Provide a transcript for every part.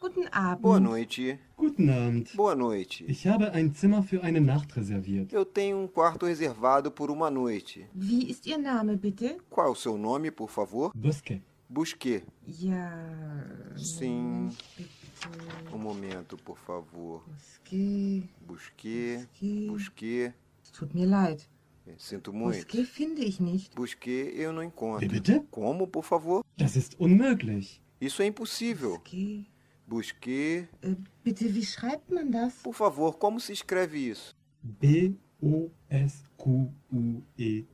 Guten Abend. Boa noite. Guten Abend. Boa noite. Ich habe ein Zimmer für eine Nacht reserviert. Eu tenho um quarto reservado por uma noite. Wie ist Ihr Name bitte? Qual é o seu nome, por favor? Busquet. Busquet. Ja. Sim. Bitte. Um momento, por favor. Busquet. Busquet. Busquet. Busquet. Es tut mir leid. É, Sinto muito. Busquet finde ich nicht. Busquet eu não encontro. Wie bitte? Como, por favor? Das ist unmöglich. Isso é impossível. Busquet. Busquet. Äh, bitte, wie schreibt man das? Por favor, como se escreve isso? E B-O-S-Q-U-E-T.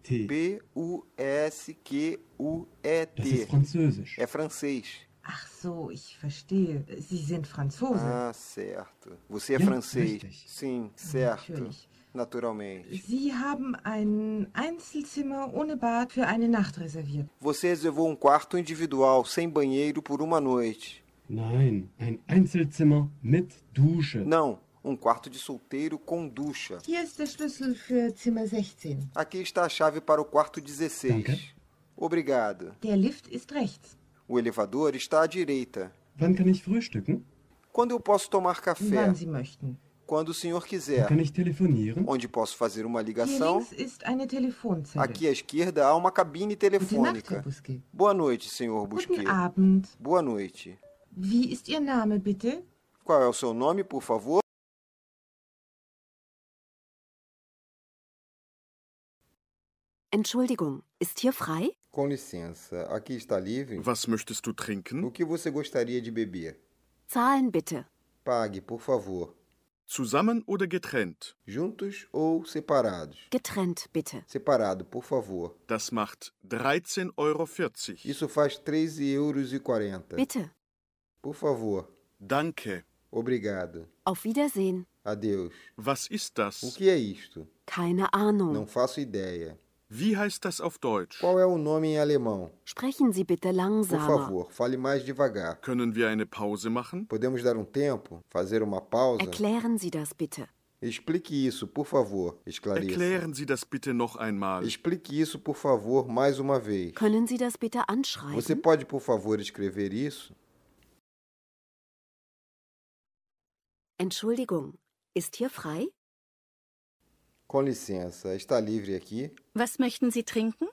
Das ist B-U-S-Q-U-E-T. französisch. É francês. Ach so, ich verstehe. Sie sind Franzose. Ah, certo. Você é Né? francês. Hum, Richtig. Sim, certo. Natürlich. Naturalmente. Sie haben ein Einzelzimmer ohne Bad für eine Nacht reserviert. Você reservou um quarto individual, sem banheiro, por uma noite. Nein, ein Einzelzimmer mit Dusche. Não, um quarto de solteiro com ducha. Hier ist der Schlüssel für Zimmer 16. Aqui está a chave para o quarto 16. Danke. Obrigado. Der Lift ist rechts. O elevador está à direita. Wann kann ich frühstücken? Quando eu posso tomar café? Wann Sie möchten. Quando o senhor quiser. Kann ich telefonieren? Onde posso fazer uma Hier ligação? links ist eine Telefonzelle. Aqui à esquerda há uma cabine Gute Nacht, Herr telefônica. Busquet. Boa noite, senhor Busquet. Guten Abend. Boa noite. Wie ist Ihr Name bitte? Qual é o seu nome, por favor? Entschuldigung, ist hier frei? Com licença, aqui está livre? Was möchtest du trinken? O que você gostaria de beber? Zahlen bitte. Pague, por favor. Zusammen oder getrennt? Juntos ou separados? Getrennt bitte. Separado, por favor. Das macht 13,40 Euro. Isso faz 13,40 euros. Bitte. Por favor. Danke. Obrigado. Auf Wiedersehen. Adeus. Was ist O das? que é isto? Keine Ahnung. Não faço ideia. Wie heißt das auf Deutsch? Qual é o nome em alemão? Sprechen Sie bitte Por langsamer. favor, fale mais devagar. Können wir eine Pause machen? Podemos dar um tempo? Fazer uma pausa? Erklären Sie das bitte. Explique isso, por favor. Esclareça. Erklären Sie das bitte noch einmal. Explique isso, por favor, mais uma vez. Können Sie das bitte Você anschreiben? pode, por favor, escrever isso? Entschuldigung, ist hier frei? Com licença, está livre aqui? Was möchten Sie trinken?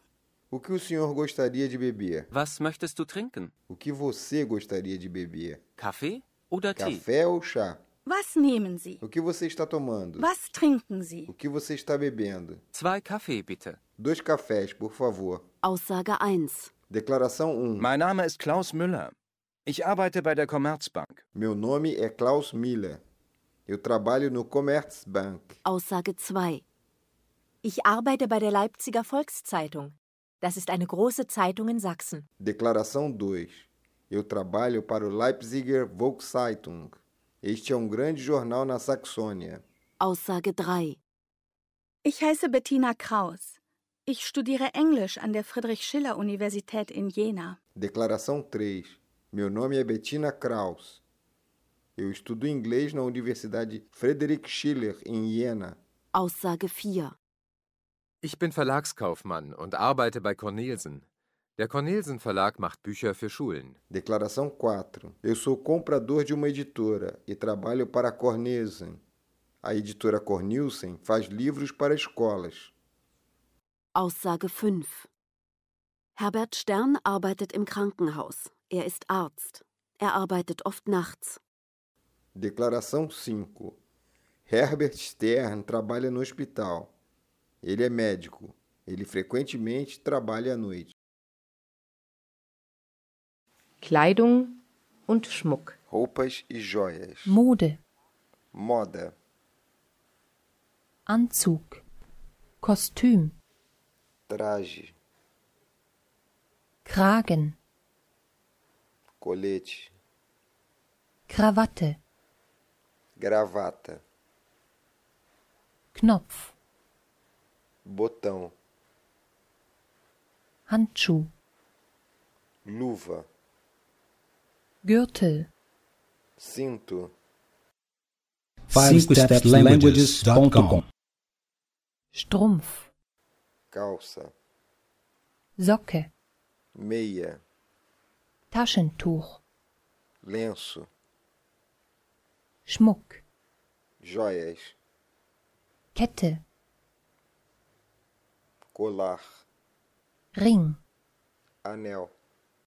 O que o senhor gostaria de beber? Was möchtest du trinken? O que você gostaria de beber? Kaffee oder Tee? Café ou chá? Was nehmen Sie? O que você está tomando? Was trinken Sie? O que você está bebendo? Zwei Kaffee bitte. Dois cafés, por favor. Aussage 1. Declaração 1. Mein Name ist Klaus Müller. Ich arbeite bei der Commerzbank. Meu nome é Klaus Miller. Eu trabalho no Commerzbank. Aussage 2. Ich arbeite bei der Leipziger Volkszeitung. Das ist eine große Zeitung in Sachsen. Declaração 2. Eu trabalho para o Leipziger Volkszeitung. Este é um grande jornal na Saxônia. Aussage 3. Ich heiße Bettina Kraus. Ich studiere Englisch an der Friedrich-Schiller-Universität in Jena. Declaração 3. Meu nome é Bettina Kraus. Eu estudo inglês na Universidade Frederick Schiller, em Iena. Aussage 4. Ich bin Verlagskaufmann und arbeite bei Cornelsen. Der Cornelsen Verlag macht Bücher für Schulen. Declaração 4. Eu sou comprador de uma editora e trabalho para a Cornelsen. A editora Cornelsen faz livros para escolas. Aussage 5. Herbert Stern arbeitet im Krankenhaus. Er ist Arzt. Er arbeitet oft nachts. Declaração 5. Herbert Stern trabalha no hospital. Ele é médico. Ele frequentemente trabalha à noite. Kleidung und Schmuck. Roupas e joias. Mode, Moda. Anzug, Kostüm, Traje. Kragen, Colete. Krawatte, Gravata. Knopf, Botão. Handschuh, Luva. Gürtel. Cinto. 5stepslanguages.com Strumpf, Calça. Socke, Meia. Taschentuch, Lenço. Schmuck, joias, Kette, colar, Ring, anel,